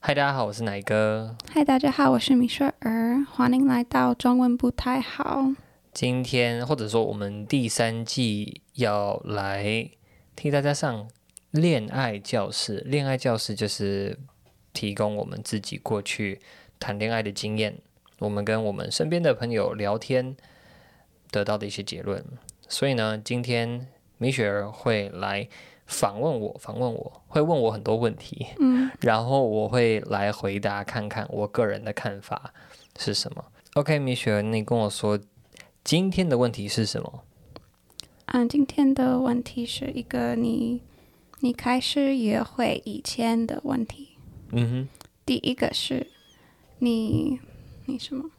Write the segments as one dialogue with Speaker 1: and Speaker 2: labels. Speaker 1: 嗨，大家好，我是奶哥。
Speaker 2: 嗨，大家好，我是米雪儿，欢迎来到中文不太好。
Speaker 1: 今天或者说我们第三季要来替大家上恋爱教室。恋爱教室就是提供我们自己过去谈恋爱的经验，我们跟我们身边的朋友聊天得到的一些结论。所以呢，今天米雪儿会来访问我，访问我会问我很多问题。
Speaker 2: 嗯，
Speaker 1: 然后我会来回答看看我个人的看法是什么。OK，米雪，你跟我说今天的问题是什么？
Speaker 2: 啊，今天的问题是一个你你开始约会以前的问题。
Speaker 1: 嗯哼，
Speaker 2: 第一个是你你什么？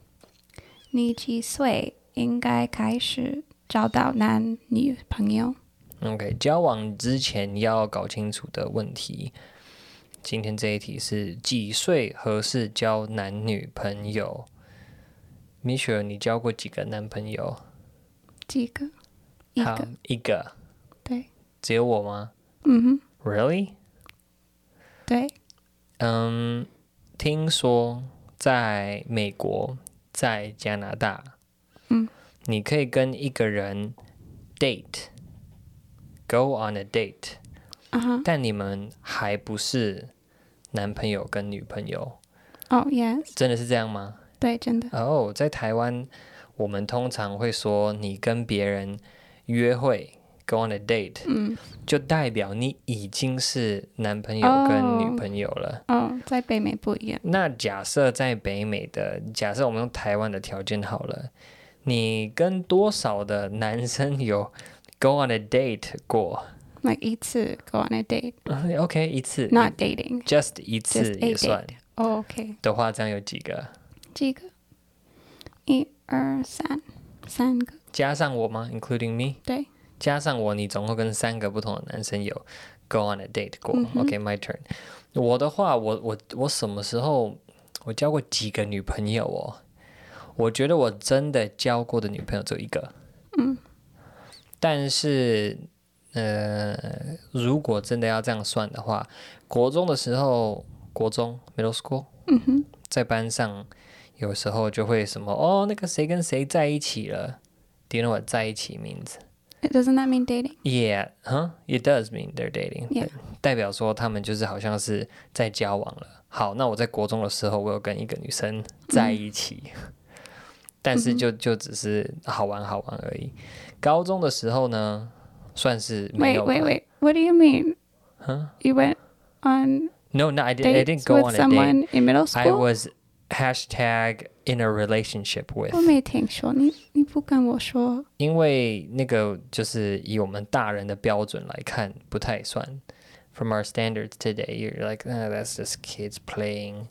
Speaker 2: 你几岁应该开始找到男女朋友？
Speaker 1: OK，交往之前要搞清楚的问题。今天这一题是几岁合适交男女朋友？米雪，你交过几个男朋友？
Speaker 2: 几个？一
Speaker 1: 好
Speaker 2: 个？，
Speaker 1: 一个，
Speaker 2: 对，
Speaker 1: 只有我吗
Speaker 2: 嗯哼，
Speaker 1: ？Really？
Speaker 2: 对，
Speaker 1: 嗯，听说在美国，在加拿大，
Speaker 2: 嗯，
Speaker 1: 你可以跟一个人 date，go on a date，
Speaker 2: 啊哈，
Speaker 1: 但你们还不是男朋友跟女朋友，
Speaker 2: 哦，yes，
Speaker 1: 真的是这样吗？
Speaker 2: 对，真的，
Speaker 1: 哦、在台湾，我们通常会说你跟别人约会，go on a date，
Speaker 2: 嗯，
Speaker 1: 就代表你已经是男朋友跟女
Speaker 2: 哦
Speaker 1: 朋友了。
Speaker 2: 哦，在北美不一样，
Speaker 1: 那假设在北美的，假设我们用台湾的条件好了，你跟多少的男生有 go on a date 过
Speaker 2: like 一次 go on a date。
Speaker 1: 嗯？OK，一次
Speaker 2: Not dating.
Speaker 1: just 一次
Speaker 2: Just a
Speaker 1: 也算
Speaker 2: date. Oh, OK，
Speaker 1: 的话，这样有几个？
Speaker 2: 这个一二三三个，
Speaker 1: 加上我吗？Including me？
Speaker 2: 对，
Speaker 1: 加上我，你总共跟三个不同的男生有 go on a date 过。
Speaker 2: 嗯哼
Speaker 1: OK，my、turn。我的话，我我我什么时候我交过几个女朋友哦？我觉得我真的交过的女朋友只有一个。
Speaker 2: 嗯，
Speaker 1: 但是，呃，如果真的要这样算的话，国中的时候，国中 middle school
Speaker 2: 嗯哼，
Speaker 1: 在班上，有时候就会什么哦，那个谁跟谁在一起了，Do you know what 在一起 means？
Speaker 2: It doesn't that mean dating?
Speaker 1: Yeah，huh? It does mean they're dating.
Speaker 2: Yeah.
Speaker 1: 代表说他们就是好像是在交往了。好，那我在国中的时候，我有跟一个女生在一
Speaker 2: 嗯
Speaker 1: 起，但是就就只是好玩好玩而已。高中的时候呢，算是没
Speaker 2: Wait,
Speaker 1: 有。
Speaker 2: wait, wait. What do you mean?
Speaker 1: Huh?
Speaker 2: You went on
Speaker 1: No, no, I didn't. I didn't
Speaker 2: dates
Speaker 1: go on
Speaker 2: with
Speaker 1: a date.
Speaker 2: someone in middle
Speaker 1: I
Speaker 2: school?
Speaker 1: was hashtag in a relationship with.
Speaker 2: 我没听说，你你不跟我说。
Speaker 1: 因为那个就是以我们大人的标准来看，不太算。From our standards today, you're like, "Ah, that's just kids playing.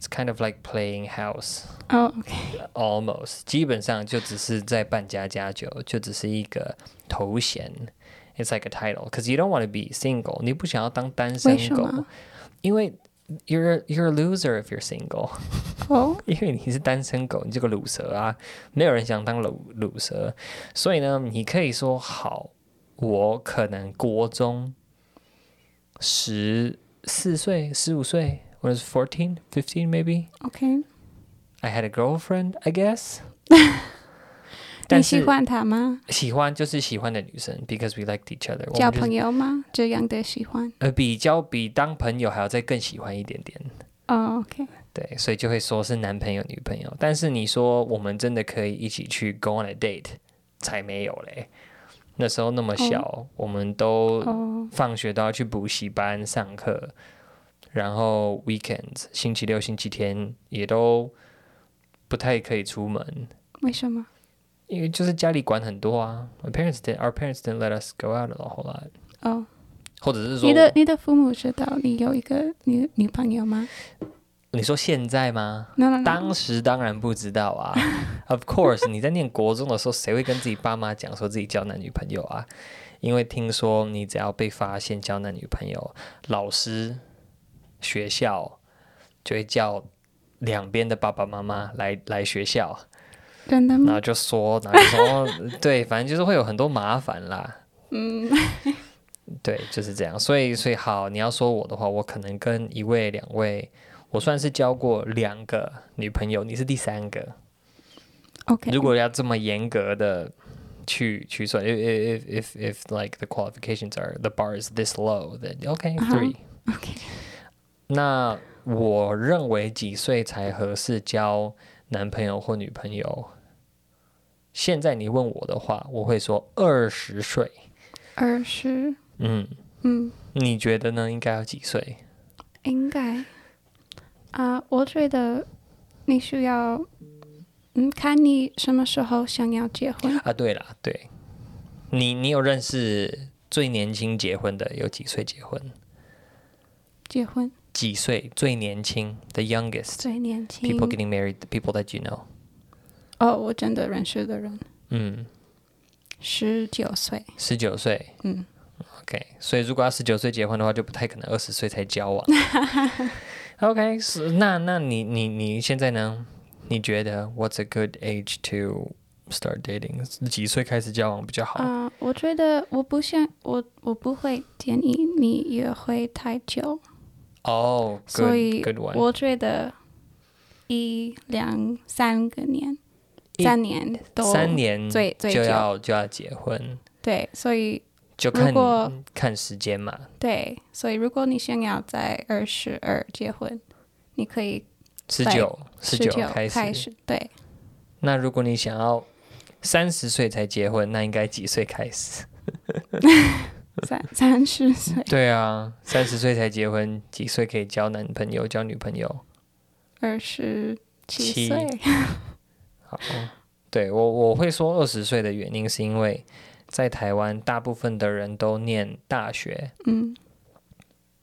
Speaker 1: It's kind of like playing house,
Speaker 2: 哦，OK，
Speaker 1: almost. 基本上就只是在扮家家酒，就只是一个头衔。It's like a title, because you don't want to be single. 你不想要当单身
Speaker 2: 为什
Speaker 1: 狗
Speaker 2: 么，？
Speaker 1: 因为 you're you're a loser if you're single.
Speaker 2: 哦，
Speaker 1: 因为你是单身狗，你这个卤蛇啊，没有人想当卤卤蛇，所以呢，你可以说好，我可能国中十四岁、十五岁，was fourteen, fifteen maybe.
Speaker 2: OK，
Speaker 1: I had a girlfriend, I guess.
Speaker 2: 你
Speaker 1: 但
Speaker 2: 喜
Speaker 1: 是
Speaker 2: 欢他吗？
Speaker 1: 喜欢就是喜欢的女生，because we liked each other 我们就是。
Speaker 2: 交朋友吗？这样的喜欢？
Speaker 1: 呃，比交比当朋友还要再更喜欢一点点。
Speaker 2: 哦，OK，
Speaker 1: 对，所以就会说是男朋友、女朋友。但是你说我们真的可以一起去 go on a date，才没有嘞。那时候那么小，我们都
Speaker 2: 哦，
Speaker 1: 放学都要去补习班上课，然后 weekends 星期六、星期天也都不太可以出门，
Speaker 2: 为什么？
Speaker 1: 因为就是家里管很多啊。My parents did, our parents didn't let us go out a whole lot，
Speaker 2: 哦，
Speaker 1: 或者是说
Speaker 2: 你的你的父母知道你有一个女女朋友吗
Speaker 1: 你说现在吗？
Speaker 2: ？No No No，
Speaker 1: 当时当然不知道啊，Of course，你在念国中的时候，谁会跟自己爸妈讲说自己交男女朋友啊？因为听说你只要被发现交男女朋友，老师、学校就会叫两边的爸爸妈妈来来学校，
Speaker 2: 真的
Speaker 1: 然
Speaker 2: 吗
Speaker 1: 后？就说，然后就说，对，反正就是会有很多麻烦啦。
Speaker 2: 嗯，
Speaker 1: 对，就是这样。所以，所以好，你要说我的话，我可能跟一位、两位，我算是交过两个女朋友，你是第三个。
Speaker 2: OK，
Speaker 1: 如果要这么严格的去去算，if if if if like the qualifications are the bar is this low, then okay
Speaker 2: 嗯
Speaker 1: three.
Speaker 2: 哼 OK，
Speaker 1: 那我认为几岁才合适交男朋友或女朋友？现在你问我的话，我会说二十岁。
Speaker 2: 二十，
Speaker 1: 嗯，
Speaker 2: 嗯，
Speaker 1: 你觉得呢？应该要几岁？
Speaker 2: 应该啊、我觉得你需要，嗯，看你什么时候想要结婚。
Speaker 1: 啊，对啦，对，你你有认识最年轻结婚的有几岁结婚？
Speaker 2: 结婚
Speaker 1: 几岁最年轻？The youngest
Speaker 2: 最年轻
Speaker 1: people getting married, the people that you know。
Speaker 2: 哦，我真的认识的人
Speaker 1: 嗯，
Speaker 2: 十九岁，
Speaker 1: 十九岁。
Speaker 2: 嗯
Speaker 1: OK，所以如果要十九岁结婚的话，就不太可能二十岁才交往。OK，是那那你你你现在呢？你觉得 What's a good age to start dating？几岁开始交往比较好？
Speaker 2: 啊、我觉得我不想，我我不会建议你约会太久，
Speaker 1: 哦、g o
Speaker 2: 所
Speaker 1: o d
Speaker 2: 以
Speaker 1: good one。
Speaker 2: 我觉得一两三个年，
Speaker 1: 一
Speaker 2: 三年都
Speaker 1: 三年
Speaker 2: 最最
Speaker 1: 就
Speaker 2: 久
Speaker 1: 要就要结婚，
Speaker 2: 对，所以
Speaker 1: 就
Speaker 2: 如
Speaker 1: 看
Speaker 2: 果
Speaker 1: 看时间嘛。
Speaker 2: 对，所以如果你想要在二十二结婚，你可以
Speaker 1: 十九十九
Speaker 2: 19
Speaker 1: 开
Speaker 2: 开始，对，
Speaker 1: 那如果你想要三十岁才结婚，那应该几岁开始？
Speaker 2: 三三十岁，
Speaker 1: 对啊，三十岁才结婚，几岁可以交男朋友、交女朋友？
Speaker 2: 二十
Speaker 1: 七
Speaker 2: 七岁，
Speaker 1: 好，对我我会说二十岁的原因是因为在台湾大部分的人都念大学，
Speaker 2: 嗯，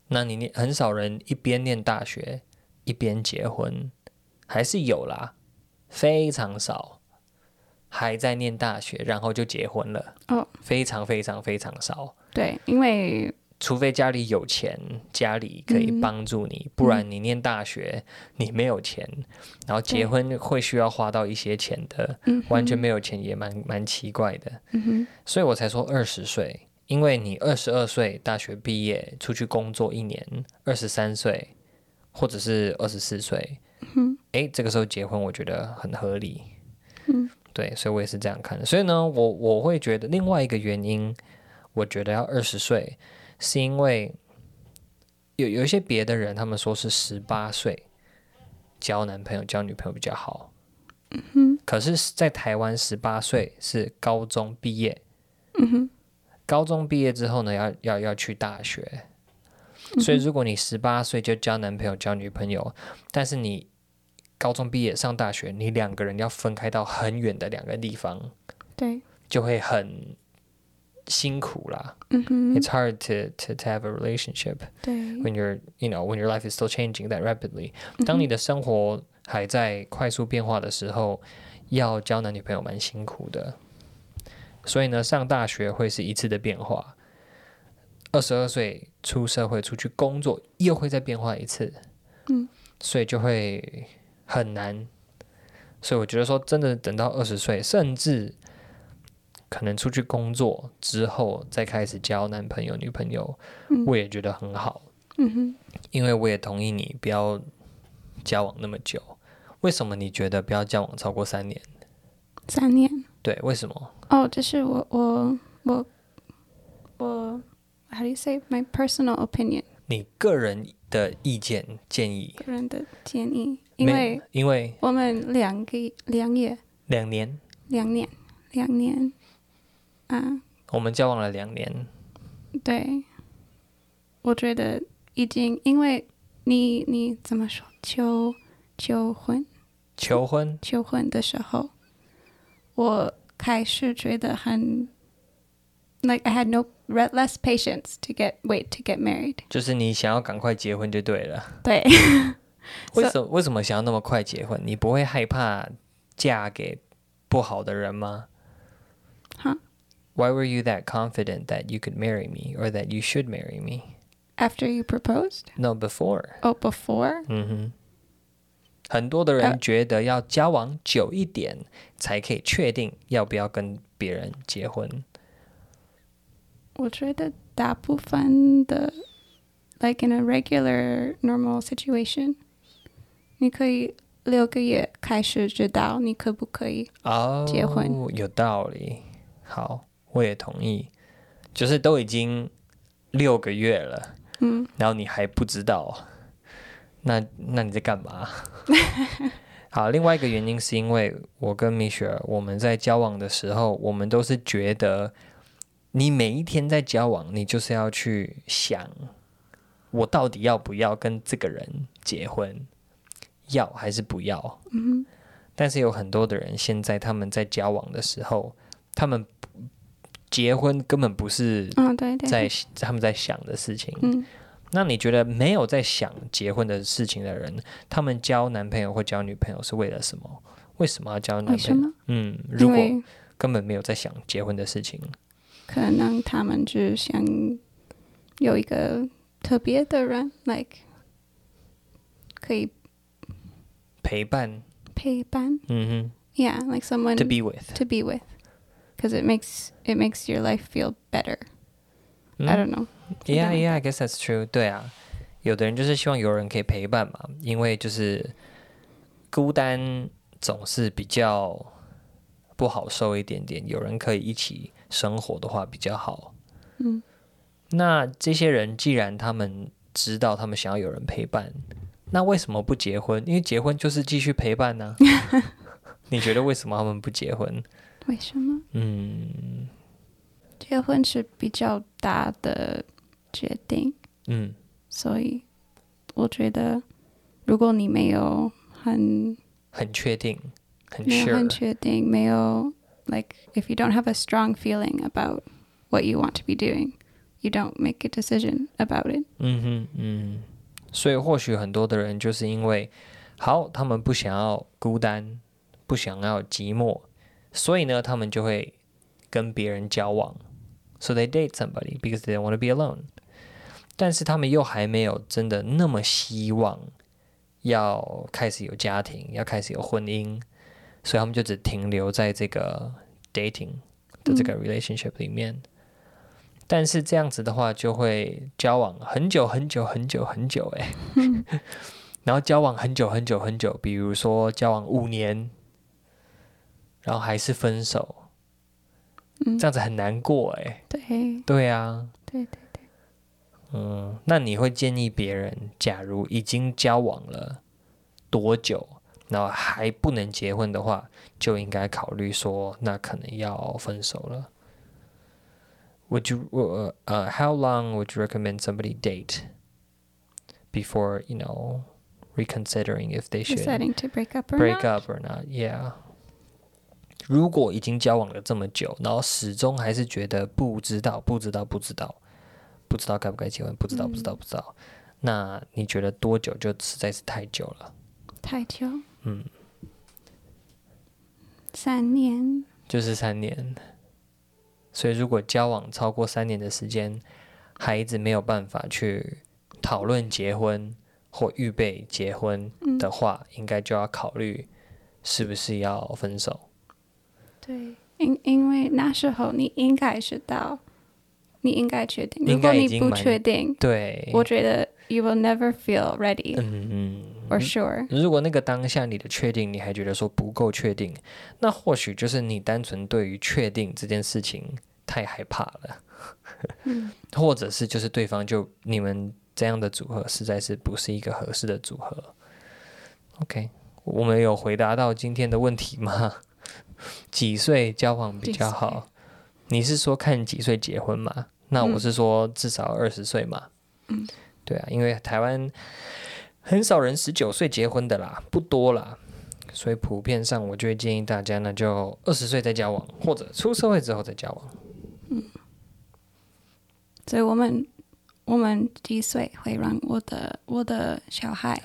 Speaker 1: 那你念很少人一边念大学一边结婚，还是有啦，非常少，还在念大学然后就结婚了，
Speaker 2: 哦，
Speaker 1: 非常非常非常少。
Speaker 2: 对，因为
Speaker 1: 除非家里有钱，家里可以
Speaker 2: 嗯
Speaker 1: 帮助你，不然你念大学你没有钱，然后结
Speaker 2: 对
Speaker 1: 婚会需要花到一些钱的，
Speaker 2: 嗯
Speaker 1: 完全
Speaker 2: 哼
Speaker 1: 没有钱也蛮蛮奇怪的，
Speaker 2: 嗯哼，
Speaker 1: 所以我才说二十岁，因为你二十二岁大学毕业出去工作一年，二十三岁或者是二十四岁，
Speaker 2: 嗯
Speaker 1: 诶，这个时候结婚我觉得很合理，
Speaker 2: 嗯
Speaker 1: 对，所以我也是这样看的。所以呢，我我会觉得另外一个原因，我觉得要二十岁，是因为有有一些别的人，他们说是十八岁交男朋友、交女朋友比较好。嗯哼。可是，在台湾，十八岁是高中毕业，
Speaker 2: 嗯哼，
Speaker 1: 高中毕业之后呢，要要要去大学。所以，如果你十八岁就交男朋友、交女朋友，但是你高中毕业上大学，你两个人要分开到很远的两个地方，
Speaker 2: 对，
Speaker 1: 就会很辛苦啦。
Speaker 2: 嗯哼
Speaker 1: It's，hard to, to to have a relationship
Speaker 2: 对，
Speaker 1: when you're you know when your life is still changing that rapidly。
Speaker 2: 嗯
Speaker 1: 当你
Speaker 2: 哼
Speaker 1: 的生活还在快速变化的时候，要交男女朋友蛮辛苦的。所以呢，上大学会是一次的变化，二十二岁出社会出去工作又会再变化一次，
Speaker 2: 嗯，
Speaker 1: 所以就会很难。所以我觉得说，真的等到二十岁，甚至可能出去工作之后再开始交男朋友、女朋友，
Speaker 2: 嗯
Speaker 1: 我也觉得很好。
Speaker 2: 嗯哼，
Speaker 1: 因为我也同意你不要交往那么久。为什么你觉得不要交往超过三年？
Speaker 2: 三年。
Speaker 1: 对，为什么？
Speaker 2: 哦，这是我我我我，how do you say my personal opinion
Speaker 1: 你个人的意见建议？
Speaker 2: 个人的建议，因
Speaker 1: 没
Speaker 2: 为
Speaker 1: 因为
Speaker 2: 我们两个两月
Speaker 1: 两年，
Speaker 2: 两年两年啊，
Speaker 1: 我们交往了两年，
Speaker 2: 对，我觉得已经因为你你怎么说求求婚
Speaker 1: 求婚
Speaker 2: 求婚的时候，我开始觉得很 like I had no re- less patience to get wait to get married。
Speaker 1: 就是你想要赶快结婚就 对了。
Speaker 2: 对，
Speaker 1: 为什么为什么想要那么快结婚？你不会害怕嫁给不好的人吗
Speaker 2: 哈
Speaker 1: ？Why were you that confident that you could marry me or that you should marry me?
Speaker 2: after you proposed?
Speaker 1: No, before.
Speaker 2: Oh, before?
Speaker 1: 嗯哼，很多的
Speaker 2: 呃
Speaker 1: 人觉得要交往久一点才可以确定要不要跟别人结婚。
Speaker 2: 我觉得大部分的 like in a regular normal situation, 你可以六个月开始知道你可不可以。
Speaker 1: 哦，
Speaker 2: 结婚
Speaker 1: 有道理。好，我也同意。就是都已经六个月了，
Speaker 2: 嗯，
Speaker 1: 然后你还不知道，那那你在干嘛？ 好，另外一个原因是因为我跟米雪儿我们在交往的时候，我们都是觉得，你每一天在交往，你就是要去想，我到底要不要跟这个人结婚，要还是不要？
Speaker 2: 嗯
Speaker 1: 但是有很多的人现在他们在交往的时候，他们不结婚根本不是
Speaker 2: 哼，啊、对对，
Speaker 1: 在他们在想的事情。
Speaker 2: 嗯
Speaker 1: 那你觉得没有在想结婚的事情的人，他们交男朋友或交女朋友是为了什么？为什么要交男
Speaker 2: 为什
Speaker 1: 朋友
Speaker 2: 么？
Speaker 1: 嗯，如
Speaker 2: 因
Speaker 1: 果
Speaker 2: 为
Speaker 1: 根本没有在想结婚的事情，
Speaker 2: 可能他们只想有一个特别的人，like 可以
Speaker 1: 陪伴，
Speaker 2: 陪伴
Speaker 1: 嗯哼
Speaker 2: ，yeah，like someone
Speaker 1: ，to be with，
Speaker 2: to be with, because it makes it makes your life feel better.
Speaker 1: 嗯
Speaker 2: I don't know.
Speaker 1: Yeah,
Speaker 2: Something
Speaker 1: yeah, I guess that's true. 对啊，有的人就是希望有人可以陪伴嘛，因为就是孤单总是比较不好受一点点，有人可以一起生活的话比较好。
Speaker 2: 嗯，
Speaker 1: 那这些人既然他们知道他们想要有人陪伴，那为什么不结婚？因为结婚就是继续陪伴呢、 你觉得为什么他们不结婚？
Speaker 2: 为什么
Speaker 1: 嗯
Speaker 2: 结婚是比较大的决定？
Speaker 1: 嗯
Speaker 2: 所以我觉得，如果你没有很
Speaker 1: 很确定，很
Speaker 2: 没
Speaker 1: sure，
Speaker 2: 有很确定，没有 like if you don't have a strong feeling about what you want to be doing, you don't make a decision about it.
Speaker 1: 嗯哼，嗯，所以或许很多的人就是因为，好，他们不想要孤单，不想要寂寞，所以呢，他们就会跟别人交往，so they date somebody because they don't want to be alone。但是他们又还没有真的那么希望要开始有家庭，要开始有婚姻，所以他们就只停留在这个 dating 的这个 relationship 里面。但是这样子的话，就会交往很久很久很久很久、欸，然后交往很久很久很久，比如说交往五年，然后还是分手，
Speaker 2: 嗯
Speaker 1: 这样子很难过、欸，哎，
Speaker 2: 对
Speaker 1: 对啊，
Speaker 2: 对对对，
Speaker 1: 嗯，那你会建议别人，假如已经交往了多久，然后还不能结婚的话，就应该考虑说，那可能要分手了。Would you, uh, uh, how long would you recommend somebody date before you know reconsidering if they should
Speaker 2: deciding to break up or
Speaker 1: break
Speaker 2: not.
Speaker 1: up or not? Yeah. 如果已经交往了这么久，然后始终还是觉得不知道、不知道、不知道、不知道该不该结婚，不知道、不知道、不知道，
Speaker 2: 嗯
Speaker 1: 那你觉得多久就实在是太久了？
Speaker 2: 太久，
Speaker 1: 嗯，
Speaker 2: 三年，
Speaker 1: 就是三年。所以如果交往超过三年的时间，孩子没有办法去讨论结婚或预备结婚
Speaker 2: 嗯，
Speaker 1: 的话，应该就要考虑是不是要分手。
Speaker 2: 对，因因为那时候你应该知道，你应该确定。
Speaker 1: 应
Speaker 2: 如果
Speaker 1: 该已
Speaker 2: 你
Speaker 1: 经
Speaker 2: 不
Speaker 1: 蛮
Speaker 2: 确定，
Speaker 1: 对，
Speaker 2: 我觉得 you will never feel ready
Speaker 1: 嗯。
Speaker 2: or sure。
Speaker 1: 如果那个当下你的确定，你还觉得说不够确定，那或许就是你单纯对于确定这件事情太害怕了，
Speaker 2: 嗯
Speaker 1: 或者是就是对方就你们这样的组合实在是不是一个合适的组合。OK，我们有回答到今天的问题吗？ 几岁交往比较好？你是说看几岁结婚嘛？那我
Speaker 2: 嗯
Speaker 1: 是说至少二十岁嘛。
Speaker 2: 嗯，
Speaker 1: 对啊，因为台湾很少人十九岁结婚的啦，不多啦，所以普遍上我就会建议大家，那就二十岁再交往，或者出社会之后再交往。
Speaker 2: 所以我们我们几岁会让我的我的小孩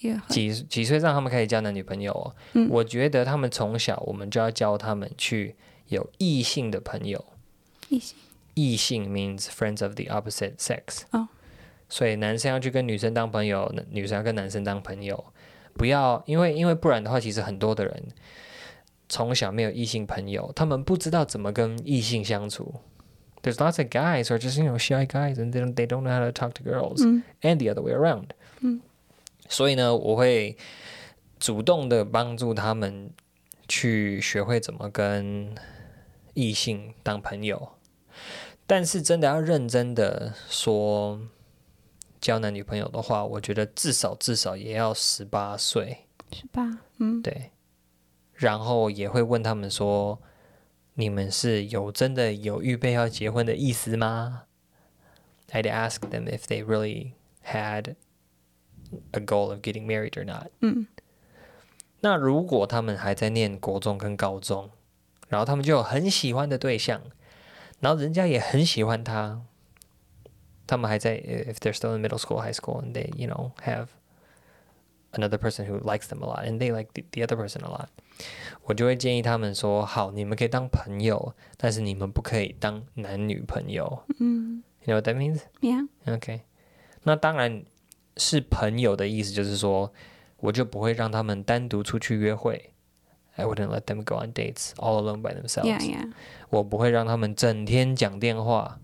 Speaker 2: 也会
Speaker 1: 几几岁让他们开始交男女朋友、哦？
Speaker 2: 嗯
Speaker 1: 我觉得他们从小我们就要教他们去有异性的朋友。
Speaker 2: 一起
Speaker 1: 异性 means friends of the opposite sex。
Speaker 2: 哦
Speaker 1: 所以男生要去跟女生当朋友，那女生要跟男生当朋友，不要因为因为不然的话，其实很多的人从小没有异性朋友，他们不知道怎么跟异性相处。There's lots of guys who are just you know shy guys and they don't they don't know how to talk to girls
Speaker 2: 嗯
Speaker 1: and the other way around.
Speaker 2: 嗯
Speaker 1: 所以呢，我会主动的帮助他们去学会怎么跟异性当朋友。但是真的要认真的说交男女朋友的话，我觉得至少至少也要十八岁，
Speaker 2: 是吧？嗯，
Speaker 1: 对。然后也会问他们说，你们是有真的有预备要结婚的意思吗？I'd ask them if they really had a goal of getting married or not。
Speaker 2: 嗯，
Speaker 1: 那如果他们还在念国中跟高中，然后他们就有很喜欢的对象，然后人家也很喜欢他，他们还在 if they're still in middle school, high school, and they you know have another person who likes them a lot, and they like the, the other person a lot，我就会建议他们说，好，你们可以当朋友，但是你们不可以当男女朋友。
Speaker 2: 嗯
Speaker 1: You know what that means?
Speaker 2: ，Yeah，
Speaker 1: OK，那当然是朋友的意思，就是说我就不会让他们单独出去约会。I wouldn't let them go on dates all alone by themselves.
Speaker 2: yeah, yeah.
Speaker 1: 我不会让他们整天讲电话。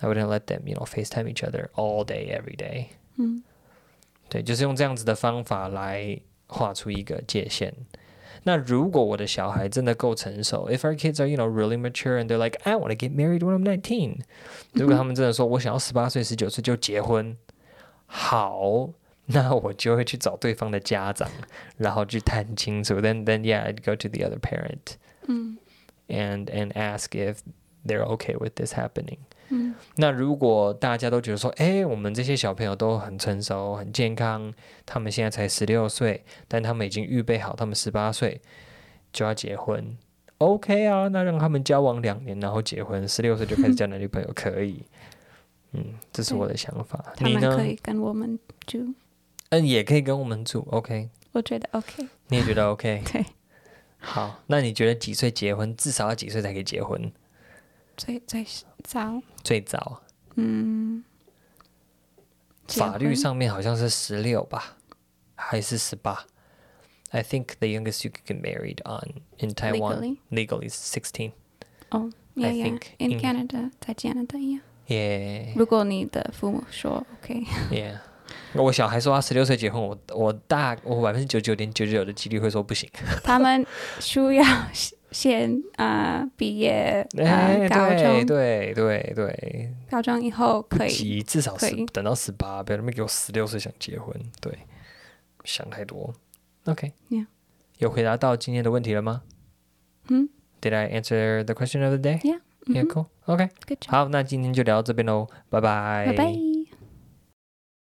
Speaker 1: I wouldn't let them, you know, FaceTime each other all day, every day.
Speaker 2: 嗯
Speaker 1: 对，就是用这样子的方法来画出一个界限。那如果我的小孩真的够成熟，if our kids are you know really mature and they're like I want to get married when I'm nineteen，如 果他们真的说我想要十八岁、十九岁就结婚，好，那我就会去找对方的家长，然后去探清楚。Then then yeah, I'd go to the other parent
Speaker 2: 嗯
Speaker 1: and and ask if they're okay with this happening.
Speaker 2: 嗯
Speaker 1: 那如果大家都觉得说，哎，我们这些小朋友都很成熟、很健康，他们现在才十六岁，但他们已经预备好，他们十八岁就要结婚，OK 啊，那让他们交往两年，然后结婚，十六岁就开始交男女朋友，可以。嗯，这是我的想法。
Speaker 2: 他
Speaker 1: 你
Speaker 2: 们
Speaker 1: 呢
Speaker 2: 可？以跟我们住，
Speaker 1: 嗯，也可以跟我们住，OK？
Speaker 2: 我觉得 OK。
Speaker 1: 你也觉得 OK？
Speaker 2: 对，
Speaker 1: 好，那你觉得几岁结婚？至少要几岁才可以结婚？
Speaker 2: 最最早，
Speaker 1: 最早
Speaker 2: 嗯，结
Speaker 1: 法律
Speaker 2: 婚
Speaker 1: 上面好像是十六吧，还是十八？I think the youngest you can get married on in Taiwan
Speaker 2: Legally?
Speaker 1: legally is sixteen.
Speaker 2: 哦、
Speaker 1: I
Speaker 2: yeah, yeah.
Speaker 1: think
Speaker 2: In
Speaker 1: in-
Speaker 2: Canada，在加拿大呀。
Speaker 1: Yeah,
Speaker 2: 如果你的父母说 OK，
Speaker 1: yeah. 我小孩说他十六岁结婚，我我大我百分之九九点九九的几率会说不 行。
Speaker 2: 他们需要先啊、呃毕业啊、
Speaker 1: 哎、
Speaker 2: 呃 高
Speaker 1: 对
Speaker 2: 中，
Speaker 1: 对对对，
Speaker 2: 高中以后
Speaker 1: 不
Speaker 2: 可以。
Speaker 1: 急，至少
Speaker 2: 可
Speaker 1: 是
Speaker 2: 以
Speaker 1: 等到十八，不要那么给我十六岁想结婚，对，想太多。OK，、
Speaker 2: Yeah.
Speaker 1: 有回答到今天的问题了吗？
Speaker 2: 嗯
Speaker 1: ，Did I answer the question of the day?
Speaker 2: Yeah，
Speaker 1: Yeah, cool. OK，
Speaker 2: ，Good job，
Speaker 1: 好，那今天就聊到这边喽，拜拜，
Speaker 2: 嗯拜拜。